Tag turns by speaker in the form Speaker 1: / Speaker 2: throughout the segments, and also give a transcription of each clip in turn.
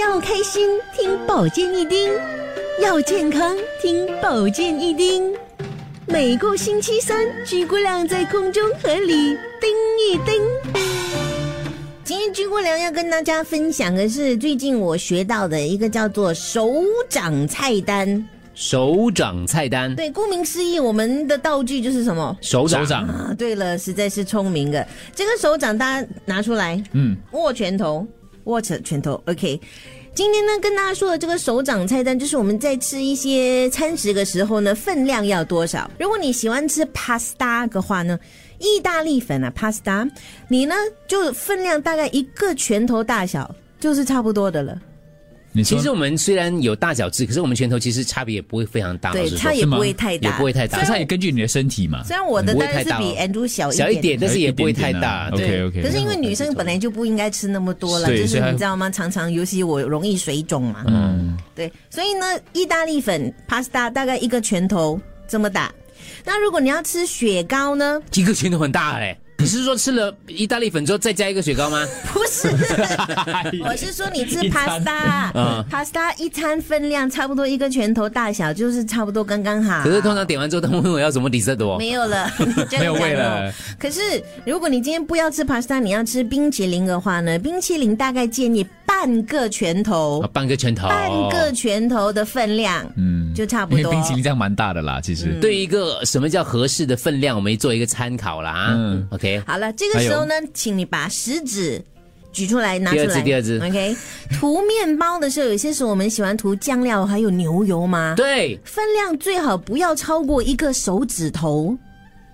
Speaker 1: 要开心听保健一丁，要健康听保健一丁。每个星期三，菊姑娘在空中和你叮一叮。今天菊姑娘要跟大家分享的是最近我学到的一个叫做手掌菜单。
Speaker 2: 手掌菜单，
Speaker 1: 对，顾名思义，我们的道具就是什么？
Speaker 2: 手掌，
Speaker 3: 手掌
Speaker 1: 啊，对了，实在是聪明的。这个手掌大家拿出来，
Speaker 3: 嗯，
Speaker 1: 握拳头，握着拳头，OK。今天呢，跟大家说的这个手掌菜单，就是我们在吃一些餐食的时候呢，分量要多少。如果你喜欢吃 pasta 的话呢，意大利粉啊 pasta，你呢就分量大概一个拳头大小，就是差不多的了。
Speaker 3: 你说
Speaker 2: 其实我们虽然有大小只，可是我们拳头其实差别也不会非常大，
Speaker 1: 对，
Speaker 2: 啊老实说
Speaker 1: 它也不会
Speaker 3: 是吗
Speaker 1: 太
Speaker 2: 也
Speaker 1: 大，
Speaker 2: 不会太大
Speaker 3: 可是，它也根据你的身体嘛，
Speaker 1: 虽然我的
Speaker 2: 不会
Speaker 1: 当然
Speaker 2: 太
Speaker 1: 是
Speaker 2: 大
Speaker 1: 比
Speaker 2: 哦
Speaker 1: Andrew 小一
Speaker 2: 小一点，但是也不会太大。
Speaker 3: 有一点点啊 OK，OK
Speaker 1: 可是因为女生本来就不应该吃那么多了，
Speaker 3: 对
Speaker 1: 就是
Speaker 3: 所以
Speaker 1: 你
Speaker 3: 她
Speaker 1: 知道吗？常常尤其我容易水肿嘛，
Speaker 3: 嗯，
Speaker 1: 对，所以呢，意大利粉 pasta 大概一个拳头这么大。那如果你要吃雪糕 呢？
Speaker 2: 一个拳头很大嘞。你是说吃了意大利粉之后再加一个雪 糕吗？
Speaker 1: 不是，我是说你吃
Speaker 3: 哎一餐
Speaker 1: pasta，pasta
Speaker 2: 嗯
Speaker 1: 一餐分量差不多一个拳头大小，就是差不多刚刚好。
Speaker 2: 可是通常点完之后，他们问我要什么底色的哦。
Speaker 1: 没有 了，
Speaker 3: 没有味了。
Speaker 1: 可是如果你今天不要吃 pasta，你要吃冰淇淋的话呢，冰淇淋大概建议半个拳头
Speaker 2: 啊，，半个拳头，
Speaker 1: 半个拳头的分量，嗯，就差不
Speaker 3: 因为
Speaker 1: 多。嗯
Speaker 3: 冰淇淋这样蛮大的啦，其实，
Speaker 2: 对一个什么叫合适的分量，我们做一个参考啦。啊
Speaker 3: 嗯
Speaker 2: OK，
Speaker 1: 好了，这个时候呢，请你把食指。举出来，拿出来。
Speaker 2: 第二只第
Speaker 1: OK，涂面包的时候，有些时候我们喜欢涂酱料，还有牛油嘛。，
Speaker 2: 对，
Speaker 1: 分量最好不要超过一个手指头，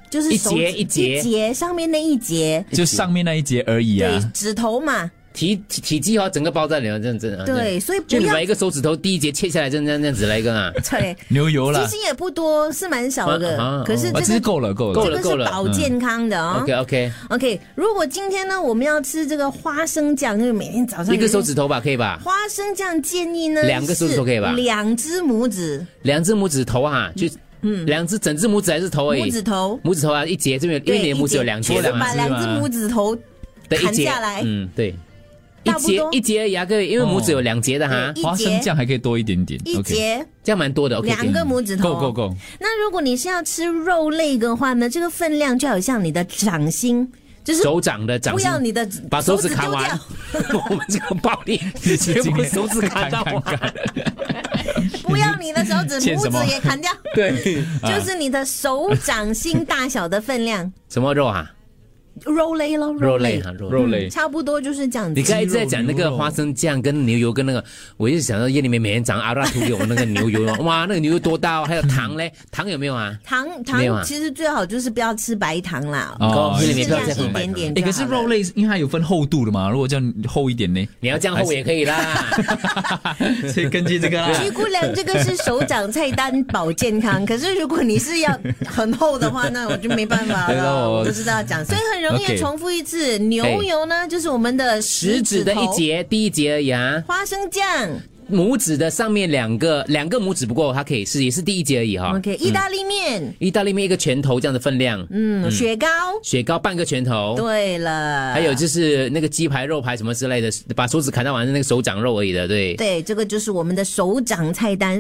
Speaker 1: 就是
Speaker 2: 一
Speaker 1: 手
Speaker 2: 节
Speaker 1: 指
Speaker 2: 一节
Speaker 1: 一节上面那一节。
Speaker 3: 就上面那一节而已啊
Speaker 1: 对，，指头嘛，
Speaker 2: 体体体积哦，整个包在里面，这样子。这样
Speaker 1: 对，，所以不
Speaker 2: 就你
Speaker 1: 要
Speaker 2: 把一个手指头第一节切下来，这样这样这样子来一个啊。
Speaker 1: 对，
Speaker 3: 牛油啦
Speaker 1: 其，实也不多，是蛮少的。
Speaker 2: 啊啊
Speaker 1: 可是
Speaker 3: 啊，这
Speaker 1: 这
Speaker 3: 是
Speaker 1: 个、
Speaker 3: 够了，够了，
Speaker 2: 够
Speaker 1: 这
Speaker 2: 了嗯
Speaker 1: 个是保健康的哦。
Speaker 2: OK OK，
Speaker 1: OK，如果今天呢，我们要吃这个花生酱，因为每天早上
Speaker 2: 一个手指头吧，可以吧？
Speaker 1: 花生酱建议呢，
Speaker 2: 两个手指头可以吧
Speaker 1: 是两只拇指，
Speaker 2: 两只拇指头啊，就嗯，两只整只拇指还是头而已。
Speaker 1: 拇指头，
Speaker 2: 拇指头啊，一节这边，因
Speaker 1: 对，
Speaker 2: 为你的拇指有
Speaker 1: 一节
Speaker 2: 两
Speaker 1: 就
Speaker 2: 节
Speaker 1: 是
Speaker 2: 的
Speaker 1: 把
Speaker 2: 嘛，
Speaker 1: 两
Speaker 3: 是吧
Speaker 1: 只拇指头
Speaker 2: 对，一
Speaker 1: 砍
Speaker 2: 节
Speaker 1: 下来，
Speaker 2: 嗯，对，一
Speaker 1: 差不
Speaker 2: 节
Speaker 1: 多哦
Speaker 2: 一节而已啊，各位，因为拇指有两节的哈
Speaker 1: 对，一
Speaker 3: 花
Speaker 1: 节
Speaker 3: 生酱还可以多一点点
Speaker 1: 一
Speaker 3: ，OK，
Speaker 1: 节
Speaker 2: 这样蛮多的。OK，嗯
Speaker 1: 两个拇指头，
Speaker 3: 够够。够，
Speaker 1: 那如果你是要吃肉类的话呢，这个分量就好像你的掌心，就是
Speaker 2: 手掌的掌
Speaker 1: 不
Speaker 2: 心
Speaker 1: 要，你的
Speaker 2: 把手指
Speaker 1: 丢
Speaker 2: 砍完
Speaker 1: 掉。
Speaker 2: 我们这个暴力，全部手指砍到
Speaker 3: 看看
Speaker 2: 完。
Speaker 1: 不要你的手指、
Speaker 3: 欠什么
Speaker 1: 拇 指也砍掉，
Speaker 2: 对，
Speaker 1: 就是你的手掌心大小的分量，
Speaker 2: 什么肉啊？
Speaker 1: 肉类咯，
Speaker 2: 肉类啊，肉
Speaker 3: 肉
Speaker 2: 类。
Speaker 3: 类，
Speaker 1: 差不多就是这样
Speaker 2: 你
Speaker 1: 子。
Speaker 2: 刚才一直在讲那个花生酱跟牛油跟那个，我一直想到夜里面每天长阿拉图给我那个牛油，哇，那个牛油多大哦！还有糖嘞，糖有没有啊？
Speaker 1: 糖
Speaker 2: 没有
Speaker 1: 糖
Speaker 2: 啊
Speaker 1: 其实最好就是不要吃白糖啦，
Speaker 2: 哦，
Speaker 3: 哦是
Speaker 2: 夜里面
Speaker 1: 适
Speaker 2: 不要
Speaker 1: 量
Speaker 2: 再
Speaker 1: 一
Speaker 2: 放白
Speaker 1: 点
Speaker 2: 糖。
Speaker 1: 点
Speaker 3: 哎，
Speaker 1: 就好
Speaker 3: 可
Speaker 1: 了。
Speaker 3: 是肉类因为它有分厚度的嘛，如果这样厚一 点呢，
Speaker 2: 你要这样厚也可以啦。
Speaker 3: 所以根据这个
Speaker 2: 啊
Speaker 3: 啦，
Speaker 1: 菊姑娘这个是手掌菜单保健 康，可是如果你是要很厚的话，那我就没办法
Speaker 3: 对那
Speaker 1: 了，
Speaker 3: 我
Speaker 1: 我不知道讲，所以很容易啊
Speaker 3: OK
Speaker 1: 重复一次。牛油呢，就是我们的
Speaker 2: 食指的一
Speaker 1: 头，
Speaker 2: 节，第一节而已啊。
Speaker 1: 花生酱
Speaker 2: 拇指的上面两个，两个拇指不过它可以是也是第一节而已哈、
Speaker 1: ，OK，意大利面，
Speaker 2: 意大利面一个拳头这样的分量，
Speaker 1: 嗯，雪糕。
Speaker 2: 雪糕半个拳头，
Speaker 1: 对啊了，
Speaker 2: 哦还有就是那个鸡排、肉排什么之类的，把手指砍到完的那个手掌肉而已的，对。
Speaker 1: 对，这个就是我们的手掌菜单。